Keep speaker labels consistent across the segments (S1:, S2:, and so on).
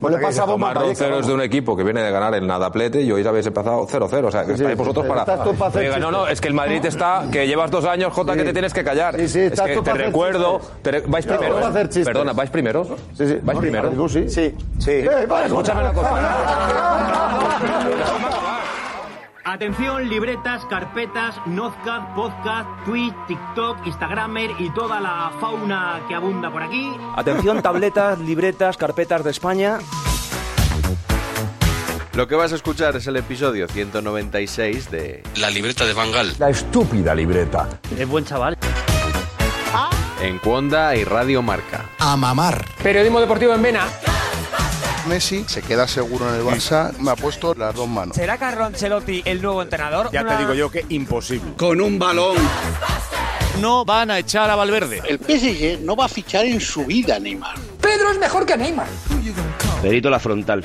S1: Bueno,
S2: Bueno, Pues pasa bomba
S1: tomar
S2: al
S1: dos
S2: Vallecas,
S1: ceros
S2: vamos.
S1: de un equipo que viene de ganar el nadaplete y hoy habéis empezado 0-0. O sea, que
S2: Sí,
S1: estáis
S2: sí,
S1: vosotros
S2: sí.
S1: para.
S2: Estás tú para hacer
S1: Venga, no, no,
S2: chistes.
S1: es que el Madrid está. Que llevas dos años, Jota,
S2: Sí.
S1: que te tienes que callar.
S2: Sí, sí,
S1: Es
S2: estás
S1: que
S2: tú
S1: te
S2: para hacer
S1: recuerdo.
S2: chistes.
S1: te re- vais
S2: Estás tú
S1: primero.
S2: para hacer chistes.
S1: Perdona, vais primeros.
S2: Sí, sí.
S1: Vais
S2: No,
S1: primero.
S2: Tú sí.
S3: Sí, sí.
S2: Eh, vale,
S1: Escúchame una cosa.
S4: Atención, libretas, carpetas, Nozcad, Podcast, Twitch, TikTok, Instagramer y toda la fauna que abunda por aquí.
S3: Atención, tabletas, libretas, carpetas de España.
S5: Lo que vas a escuchar es el episodio 196 de
S6: La libreta de Bangal.
S7: La estúpida libreta.
S4: Es buen chaval.
S5: En Cuonda y Radio Marca.
S7: A mamar.
S8: Periodismo deportivo en Vena.
S9: Messi se queda seguro en el Barça. Me ha puesto las dos manos.
S3: ¿Será Carlo Ancelotti el nuevo entrenador?
S8: Ya te digo yo que imposible.
S6: Con un balón.
S8: No van a echar a Valverde.
S9: El PSG no va a fichar en su vida, Neymar.
S8: Pedro es mejor que Neymar.
S3: Perito la frontal.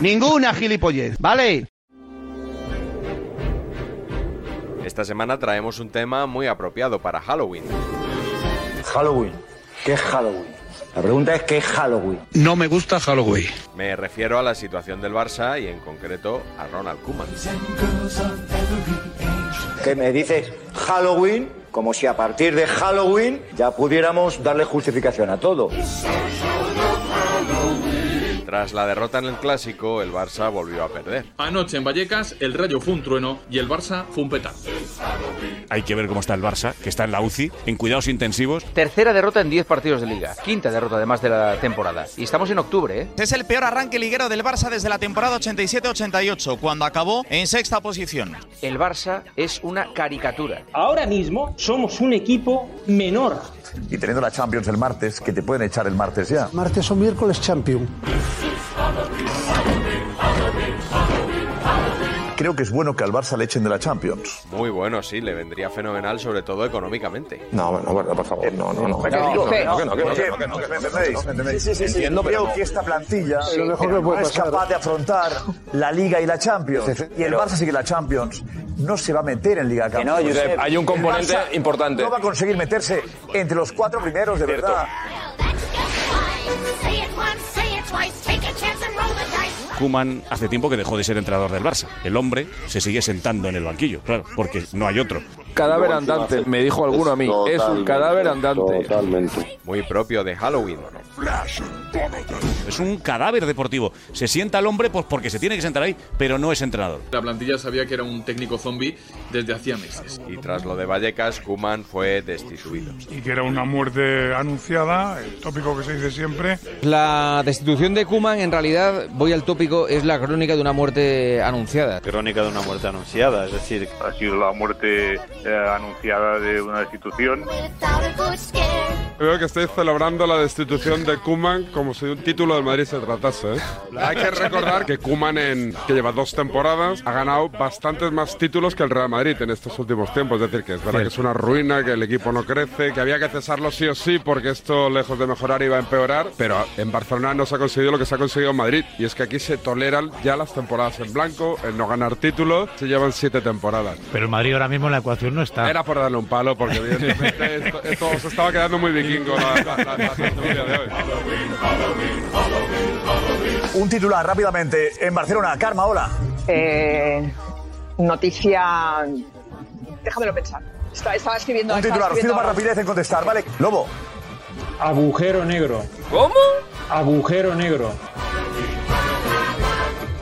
S9: Ninguna gilipollez, ¿vale?
S5: Esta semana traemos un tema muy apropiado para Halloween.
S7: Halloween. ¿Qué es Halloween? La pregunta es ¿qué es Halloween?
S6: No me gusta Halloween.
S5: Me refiero a la situación del Barça y en concreto a Ronald Koeman.
S7: Que me dices Halloween como si a partir de Halloween ya pudiéramos darle justificación a todo.
S5: Tras la derrota en el clásico, el Barça volvió a perder.
S6: Anoche en Vallecas, el Rayo fue un trueno y el Barça fue un petardo.
S8: Hay que ver cómo está el Barça, que está en la UCI, en cuidados intensivos.
S3: Tercera derrota en 10 partidos de liga. Quinta derrota además de la temporada. Y estamos en octubre, ¿eh?
S8: Es el peor arranque liguero del Barça desde la temporada 87-88, cuando acabó en sexta posición.
S3: El Barça es una caricatura.
S4: Ahora mismo somos un equipo menor.
S7: Y teniendo la Champions el martes, que te pueden echar el martes ya.
S9: Martes o miércoles Champions.
S7: Creo que es bueno que al Barça le echen de la Champions.
S5: Muy bueno, sí, le vendría fenomenal, sobre todo económicamente.
S1: No, no, por favor. No, no, no.
S7: ¿Me entendéis? ¿Me entendéis? Entiendo, pero creo que esta plantilla
S9: Lo mejor que puede
S7: no es
S9: pasar.
S7: capaz de afrontar la Liga y la Champions. Y el Barça sigue la Champions. No se va a meter en Liga Campeones.
S1: Josep, hay un
S7: El
S1: componente
S7: Barça
S1: importante.
S7: No va a conseguir meterse entre los cuatro primeros, de
S1: Cierto.
S7: verdad.
S8: Kuman hace tiempo que dejó de ser entrenador del Barça. El hombre se sigue sentando en el banquillo, claro, porque no hay otro.
S1: Cadáver andante, me dijo alguno a mí. Es un cadáver andante.
S5: Muy propio de Halloween.
S8: Es un cadáver deportivo. Se sienta el hombre pues porque se tiene que sentar ahí, pero no es entrenador.
S6: La plantilla sabía que era un técnico zombie desde hacía meses.
S5: Y tras lo de Vallecas, Koeman fue destituido.
S9: Y que era una muerte anunciada, el tópico que se dice siempre.
S3: La destitución de Kuman, en realidad, voy al tópico, es la crónica de una muerte anunciada.
S6: Crónica de una muerte anunciada, es decir,
S9: Ha sido la muerte anunciada de una destitución.
S6: Creo que estáis celebrando la destitución de Kuman como si de un título del Madrid se tratase. ¿eh? Hay que recordar que Kuman, que lleva dos temporadas, ha ganado bastantes más títulos que el Real Madrid en estos últimos tiempos. Es decir, que es verdad que es una ruina, que el equipo no crece, que había que cesarlo sí o sí porque esto, lejos de mejorar, iba a empeorar. Pero en Barcelona no se ha conseguido lo que se ha conseguido en Madrid. Y es que aquí se toleran ya las temporadas en blanco, el no ganar títulos. Se llevan siete temporadas.
S8: Pero el Madrid ahora mismo en la ecuación no está.
S6: Era por darle un palo, porque evidentemente esto, esto se estaba quedando muy vikingo la- la- la- la tertulia de hoy.
S7: Un titular rápidamente en Barcelona. Karma, hola.
S10: Eh, noticia. Déjamelo pensar. Está- estaba escribiendo.
S7: Un
S10: estaba
S7: titular, os pido
S10: escribiendo
S7: más
S10: ahora.
S7: rapidez en contestar, ¿vale? Lobo. Agujero negro.
S10: ¿Cómo?
S7: Agujero negro.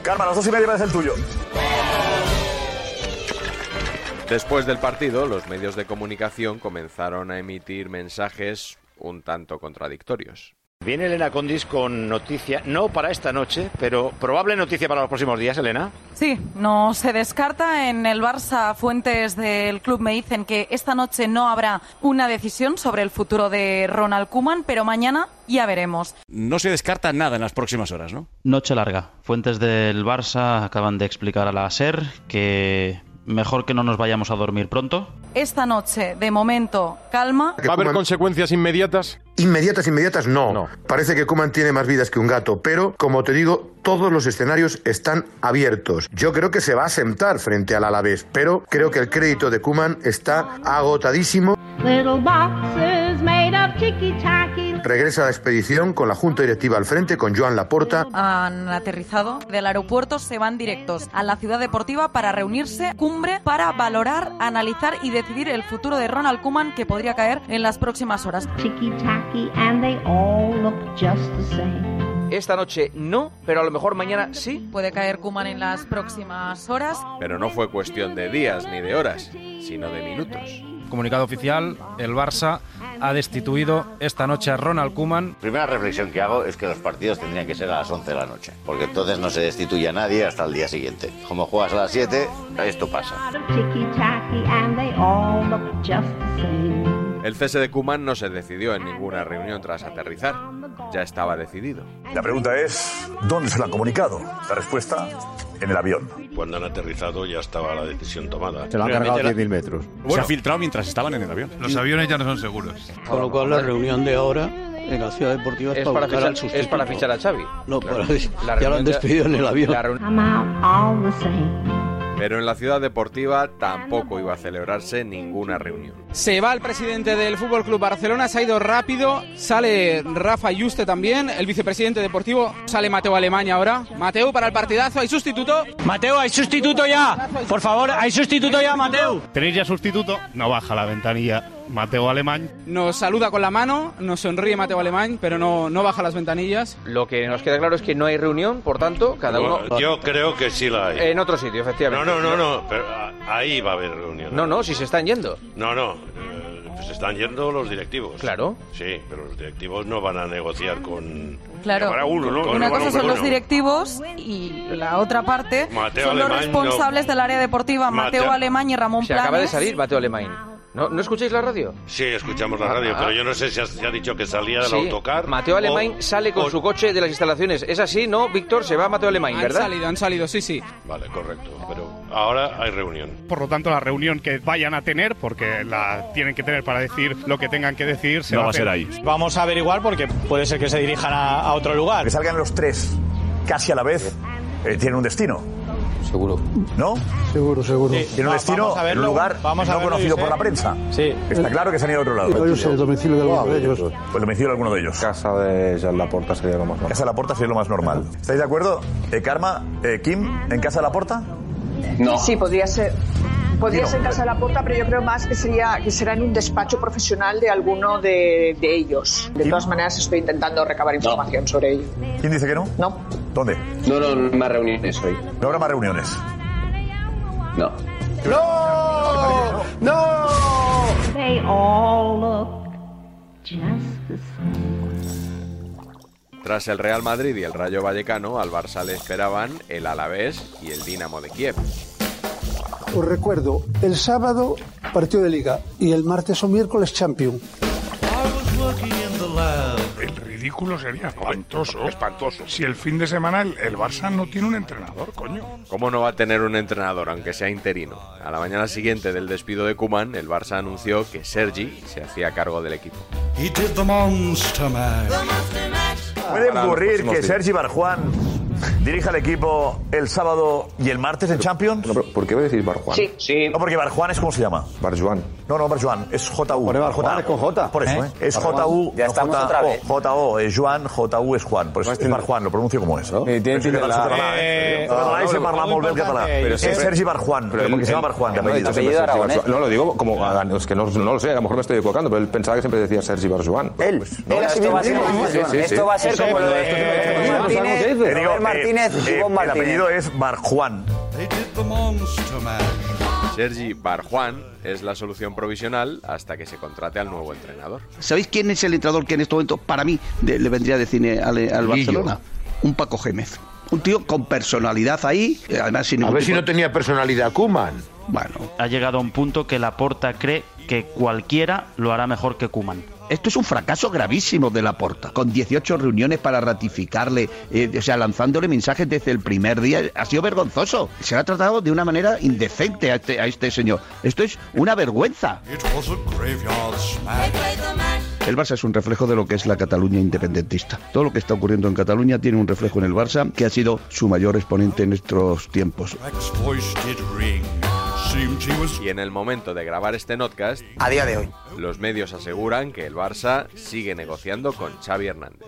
S7: Karma, las dos y media es el tuyo.
S5: Después del partido, los medios de comunicación comenzaron a emitir mensajes un tanto contradictorios.
S11: Viene Elena Condis con noticia, no para esta noche, pero probable noticia para los próximos días, Elena.
S12: Sí, no se descarta. En el Barça, fuentes del club me dicen que esta noche no habrá una decisión sobre el futuro de Ronald Kuman, pero mañana ya veremos.
S13: No se descarta nada en las próximas horas, ¿no?
S14: Noche larga. Fuentes del Barça acaban de explicar a la SER que mejor que no nos vayamos a dormir pronto.
S12: Esta noche, de momento, calma.
S15: ¿Va a haber consecuencias inmediatas? Inmediatas, inmediatas, no. Parece que Kuman tiene más vidas que un gato, pero, como te digo, todos los escenarios están abiertos. Yo creo que se va a sentar frente al Alavés, pero creo que el crédito de Kuman está agotadísimo.
S16: Little boxes made of ticky tacky.
S15: Regresa a la expedición con la Junta Directiva al frente, con Joan Laporta.
S12: Han aterrizado del aeropuerto, se van directos a la ciudad deportiva para reunirse, cumbre, para valorar, analizar y decidir el futuro de Ronald Kuman que podría caer en las próximas horas.
S16: Tacky and they all look just the same.
S3: Esta noche no, pero a lo mejor mañana sí.
S12: Puede caer Kuman en las próximas horas.
S5: Pero no fue cuestión de días ni de horas, sino de minutos.
S17: Comunicado oficial, el Barça ha destituido esta noche a Ronald Kuman.
S18: Primera reflexión que hago es que los partidos tendrían que ser a las 11 de la noche, porque entonces no se destituye a nadie hasta el día siguiente. Como juegas a las 7, esto pasa.
S16: Ticky tacky and they all look just the same.
S5: El cese de Kuman no se decidió en ninguna reunión tras aterrizar. Ya estaba decidido.
S7: La pregunta es, ¿dónde se lo han comunicado? La respuesta, en el avión.
S19: Cuando han aterrizado ya estaba la decisión tomada.
S17: Se lo han cargado
S19: Realmente
S17: 10.000
S19: metros.
S17: Se ha
S19: filtrado mientras estaban en el avión.
S17: Los aviones ya no son seguros.
S20: Con lo cual la reunión de ahora en la ciudad deportiva es,
S17: Es
S20: para,
S17: para
S20: buscar
S17: fichar-
S20: al sustituto.
S17: es para fichar a Xavi.
S20: No,
S17: Claro.
S20: para-
S17: La
S20: ya lo
S17: reunión
S20: han
S17: de-
S20: despedido en el avión.
S17: la reunión-
S16: I'm out all the same.
S5: Pero en la ciudad deportiva tampoco iba a celebrarse ninguna reunión.
S21: Se va el presidente del Fútbol Club Barcelona, se ha ido rápido, sale Rafa Yuste también, el vicepresidente deportivo, sale Mateo Alemania ahora. Mateo para el partidazo, hay sustituto. Mateo, hay sustituto ya. Por favor, hay sustituto ya, Mateo.
S22: ¿Tenéis ya sustituto? No baja la ventanilla. Mateo Alemán.
S21: Nos saluda con la mano, nos sonríe Mateo Alemán, pero no, no baja las ventanillas.
S3: Lo que nos queda claro es que no hay reunión, por tanto, cada uno...
S19: Yo creo que sí la hay.
S3: En otro sitio,
S19: No,
S3: efectivamente.
S19: no, no, no, pero ah, ahí va a haber reunión.
S3: No, no, si se están yendo.
S19: No, no, eh, se están yendo los directivos. Claro. Sí, pero los directivos no van a negociar con...
S12: Claro.
S19: Habrá uno, ¿no?
S12: Una
S19: Habrá
S12: cosa
S19: uno,
S12: son
S19: pero
S12: los
S19: bueno.
S12: directivos y la otra parte
S19: Mateo
S12: son los
S19: Alemán, no.
S12: responsables del área deportiva, Mateo,
S19: Mateo-
S12: Alemán y Ramón
S19: Se
S12: Planes.
S19: acaba de salir
S3: Mateo Alemán. ¿No, ¿No escucháis la radio?
S19: Sí, escuchamos la radio,
S3: Ah.
S19: pero yo no sé si ha, si ha dicho que salía del
S3: Sí.
S19: autocar.
S3: Mateo
S19: o-
S3: Alemán sale con
S19: o-
S3: su coche de las instalaciones. ¿Es así, no, Víctor? Se va Mateo Alemán,
S21: Han
S3: ¿verdad?
S21: salido, han salido, sí, sí.
S19: Vale, correcto, pero ahora hay reunión.
S22: Por lo tanto, la reunión que vayan a tener, porque la tienen que tener para decir lo que tengan que decir, se
S19: No
S22: va
S19: va
S22: a
S19: a
S22: hacer.
S19: ser ahí.
S20: Vamos a averiguar porque puede ser que se dirijan a, a otro lugar.
S7: Que salgan los tres casi a la vez, eh, tienen un destino.
S20: Seguro.
S7: ¿no?
S20: Seguro, seguro.
S7: Tienen un destino en un lugar no conocido por la prensa. Sí. Está claro que se han ido a otro lado.
S20: Yo sé el domicilio de alguno de ellos.
S7: Pues lo menciono alguno de ellos. Casa de Laporta sería lo más normal. Casa de Laporta sería lo más normal. ¿Estáis de acuerdo? Eh, Karma, eh, Kim, ¿en Casa de Laporta?
S10: Sí, podría ser. Podría
S7: Sí, no.
S10: ser Casa de la Puerta, pero yo creo más que sería que será en un despacho profesional de alguno de, de ellos. De todas maneras, estoy intentando recabar información sobre ello.
S7: ¿Quién dice que no?
S10: No.
S7: ¿Dónde?
S23: No, no, no más reuniones hoy.
S7: No habrá más reuniones.
S23: No.
S7: ¡No!
S23: ¡No!
S16: They all look just the same.
S5: Tras el Real Madrid y el Rayo Vallecano, al Barça le esperaban el Alavés y el Dinamo de Kiev.
S20: Os recuerdo, el sábado partido de liga y el martes o miércoles champion.
S24: El
S25: ridículo sería espantoso, espantoso si el fin de semana el, el Barça no tiene un entrenador, coño.
S5: ¿Cómo no va a tener un entrenador, aunque sea interino? A la mañana siguiente del despido de Kuman, el Barça anunció que Sergi se hacía cargo del equipo.
S26: He did the monster man.
S7: Puede
S5: Para los
S7: ocurrir
S5: próximos
S7: que
S5: días.
S7: Sergi Barjuan dirija el equipo el sábado y el martes en Champions.
S27: ¿Por qué voy a decir Barjuan?
S7: Sí. No, porque Barjuan es como se llama.
S27: Barjuan.
S7: No, no, Barjuan, es JU.
S27: Por Barjuan,
S7: J.
S27: es con J.
S7: Por eso,
S27: ¿Eh?
S7: ¿eh? Es
S27: Barjuan.
S7: JU.
S27: Ya
S7: no
S27: estamos
S7: J.O.,
S27: otra vez.
S7: JO es Joan, JU es Juan. Por
S27: Pues
S7: eso
S27: este
S7: es Barjuan, lo pronuncio como eso. Ni
S27: tiene tilde la-
S7: eh.
S27: Eh,
S7: Català,
S27: no,
S7: se
S27: no,
S7: parla
S27: no,
S7: molt bé el
S27: importante,
S7: català.
S27: pero
S7: Es
S27: siempre-
S7: eh, Sergi Barjuan,
S27: Pero
S7: porque se
S27: el-
S7: llama Barjuan. de
S27: no,
S7: apellido.
S27: el apellido era aragonés. No, lo digo como. ah, Es que no, no lo sé, a lo mejor me estoy equivocando, pero él pensaba que siempre decía Sergi Pues Barjuan. Él.
S28: Pues, esto, va a ser, esto va a ser como lo de Roberto Martínez,
S7: Te digo,
S28: Robert
S7: eh,
S28: Martínez
S7: eh,
S28: y Ivonne
S7: El
S28: Martínez.
S7: apellido es Barjuan.
S5: Sergi Barjuan es la solución provisional hasta que se contrate al nuevo entrenador.
S27: ¿Sabéis quién es el entrenador que en este momento, para mí, de- le vendría de cine al, eh, al Barcelona? Un Paco Gémez. Un tío con personalidad ahí, eh, además
S14: A
S27: sin ningún
S14: ver si
S27: tipo
S14: no
S27: tenía personalidad Kuman. Bueno,
S14: Ha llegado a un punto que Laporta cree que cualquiera lo hará mejor que Kuman.
S27: esto es un fracaso gravísimo de la porta. Con 18 reuniones para ratificarle, eh, o sea, lanzándole mensajes desde el primer día, ha sido vergonzoso. Se le ha tratado de una manera indecente a este, a este señor. Esto es una vergüenza. El Barça es un reflejo de lo que es la Cataluña independentista. Todo lo que está ocurriendo en Cataluña tiene un reflejo en el Barça, que ha sido su mayor exponente en estos tiempos.
S5: Y en el momento de grabar este podcast,
S27: A día de hoy.
S5: los medios aseguran que el Barça sigue negociando con Xavi Hernández.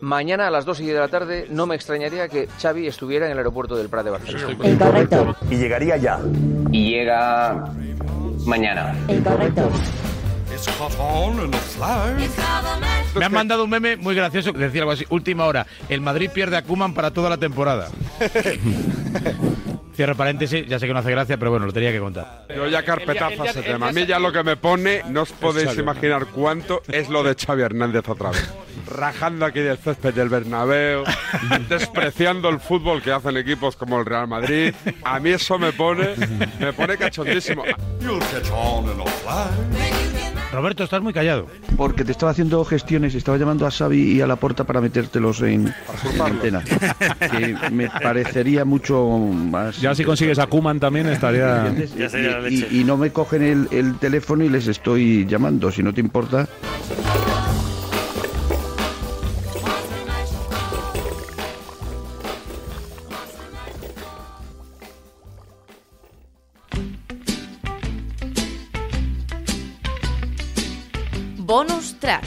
S3: Mañana a las 2 y de la tarde no me extrañaría que Xavi estuviera en el aeropuerto del Prat de Barcelona.
S7: Incorrecto. Y llegaría ya.
S3: Y llega mañana.
S8: Me han mandado un meme muy gracioso que decía algo así. Última hora. El Madrid pierde a Kuman para toda la temporada. Cierro paréntesis. Ya sé que no hace gracia, pero bueno, lo tenía que contar.
S6: Yo ya carpetazo ese
S8: él ya
S6: tema. A
S8: se-
S6: mí ya lo que me pone, no os podéis
S8: Xavi.
S6: imaginar cuánto es lo de Xavi Hernández otra vez. Rajando aquí del césped del Bernabéu, despreciando el fútbol que hacen equipos como el Real Madrid. A mí eso me pone, me pone cachondísimo.
S8: Roberto, estás muy callado.
S27: Porque te estaba haciendo gestiones, estaba llamando a Xavi y a la porta para metértelos en, en la antena. Que me parecería mucho más.
S29: Ya si consigues a Kuman también estaría.
S27: ¿Entiendes? Y, y- y no me cogen el, el teléfono y les estoy llamando, si no te importa.
S28: Bonus track.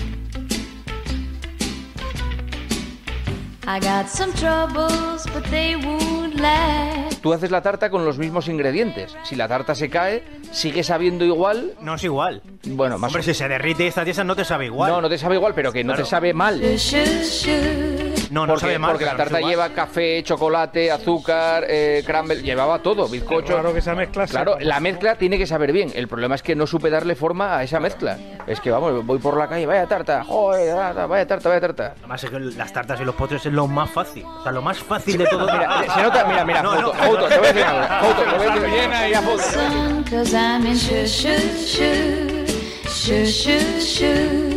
S28: I got some troubles, but they won't last.
S3: Tú haces la tarta con los mismos ingredientes. Si la tarta se cae, sigue sabiendo igual.
S4: No es igual.
S3: Bueno, más
S4: Hombre, si se derrite esta tiesa no te sabe igual.
S3: No, no te sabe igual, pero que no
S4: Claro.
S3: te sabe mal.
S4: No, no
S3: porque,
S4: sabe mal,
S3: Porque la
S4: pero no
S3: tarta
S4: sabe
S3: lleva café, chocolate, azúcar, eh, crumble, llevaba todo, bizcocho.
S4: raro que esa mezcla sea
S3: Claro,
S4: tan-
S3: la mezcla tiene que saber bien. El problema es que no supe darle forma a esa mezcla. Es que vamos, voy por la calle, vaya tarta, joder, tarta, vaya tarta, vaya tarta.
S4: Además es que las tartas y los postres es lo más fácil. O sea, lo más fácil de todo.
S3: Mira, se nota, mira, mira,
S4: No, no,
S3: foto, foto, te voy a decir algo, foto, te voy a decir-
S28: Sun, Cause I'm in shoo shoo shoo. Shoo shoo shoo.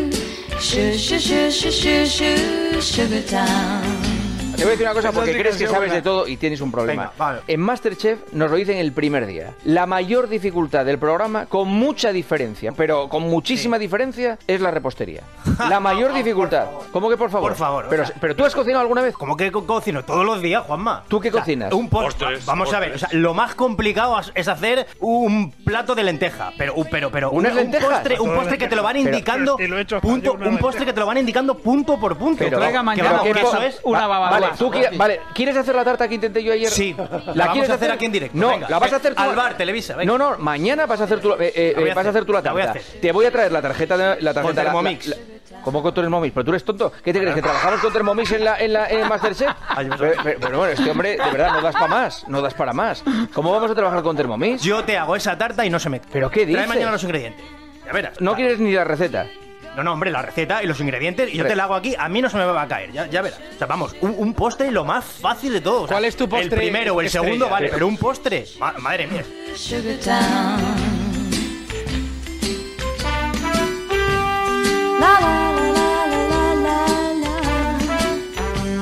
S28: Shoo shoo shoo shoo shoo shoo. Sugar Town.
S3: Te voy a decir una cosa porque
S4: Esa
S3: crees que
S4: explicación
S3: sabes
S4: buena.
S3: de todo y tienes un problema.
S4: Venga, vale.
S3: En Masterchef nos lo dicen el primer día. La mayor dificultad del programa, con mucha diferencia, pero con muchísima diferencia, es la repostería. La mayor dificultad. ¿Cómo que por favor?
S4: Por favor, o
S3: Pero,
S4: sea-
S3: pero tú has cocinado alguna vez.
S4: ¿Cómo que co- cocino? Todos los días, Juanma.
S3: ¿Tú qué
S4: O sea,
S3: cocinas?
S4: un postre.
S3: Postres,
S4: Vamos a ver, o
S3: postres.
S4: sea, lo más complicado as- es hacer un plato de lenteja. Pero, un- pero, pero,
S3: ¿Unas
S4: un, un
S3: lentejas?
S4: postre, un
S3: Pero-
S4: postre que te lo van
S3: pero-
S4: indicando. punto, un postre que te lo van indicando punto por punto.
S3: Pero,
S4: Que vamos, que eso es una babada.
S3: Ah, Vale, tú quieres, vale, ¿quieres hacer la tarta que intenté yo ayer?
S4: Sí.
S3: ¿La,
S4: La vamos
S3: quieres
S4: a hacer aquí en directo,
S3: No,
S4: venga.
S3: la vas a hacer tú.
S4: Al bar, Televisa, venga.
S3: No, no, mañana vas a hacer tú, la- eh, eh,
S4: La voy a
S3: vas a
S4: hacer,
S3: hacer tú la
S4: la voy a
S3: tarta.
S4: hacer.
S3: Te voy a traer la tarjeta de la tarjeta
S4: Con
S3: la- la-
S4: Thermomix.
S3: la- ¿Cómo con Thermomix? Pero tú eres tonto. ¿Qué te crees? ¿Que trabajamos con Thermomix en la en la en Masterchef? pero, pero- pero bueno, este hombre, de verdad, no das para más. No das para más. ¿Cómo vamos a trabajar con Thermomix?
S4: Yo te hago esa tarta y no se mete.
S3: ¿Pero qué dices?
S4: Trae mañana los ingredientes. Ya verás.
S3: No quieres ni la receta.
S4: No, no, hombre, la receta y los ingredientes, y yo
S3: Re-
S4: te la hago aquí, a mí no se me va a caer, ya, ya verás. O sea, vamos, un, un postre lo más fácil de todo. o sea,
S3: ¿Cuál es tu
S4: El
S3: postre
S4: primero o el
S3: estrella?
S4: segundo, vale,
S3: Sí.
S4: pero un postre, ma- madre mía.
S28: Sugar Town. La la la la la la la la.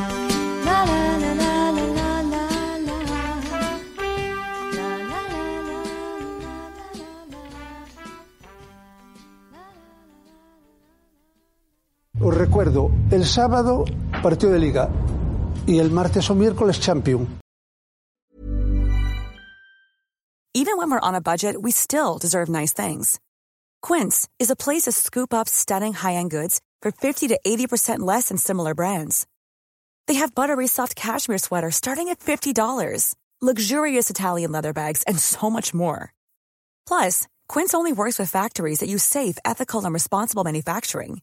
S20: recuerdo, el sábado partido de liga y el martes o miércoles champion.
S30: Even when we're on a budget, we still deserve nice things. Quince is a place to scoop up stunning high end goods for 50 to 80% less than similar brands. They have buttery soft cashmere sweaters starting at $50, luxurious Italian leather bags, and so much more. Plus, Quince only works with factories that use safe, ethical, and responsible manufacturing.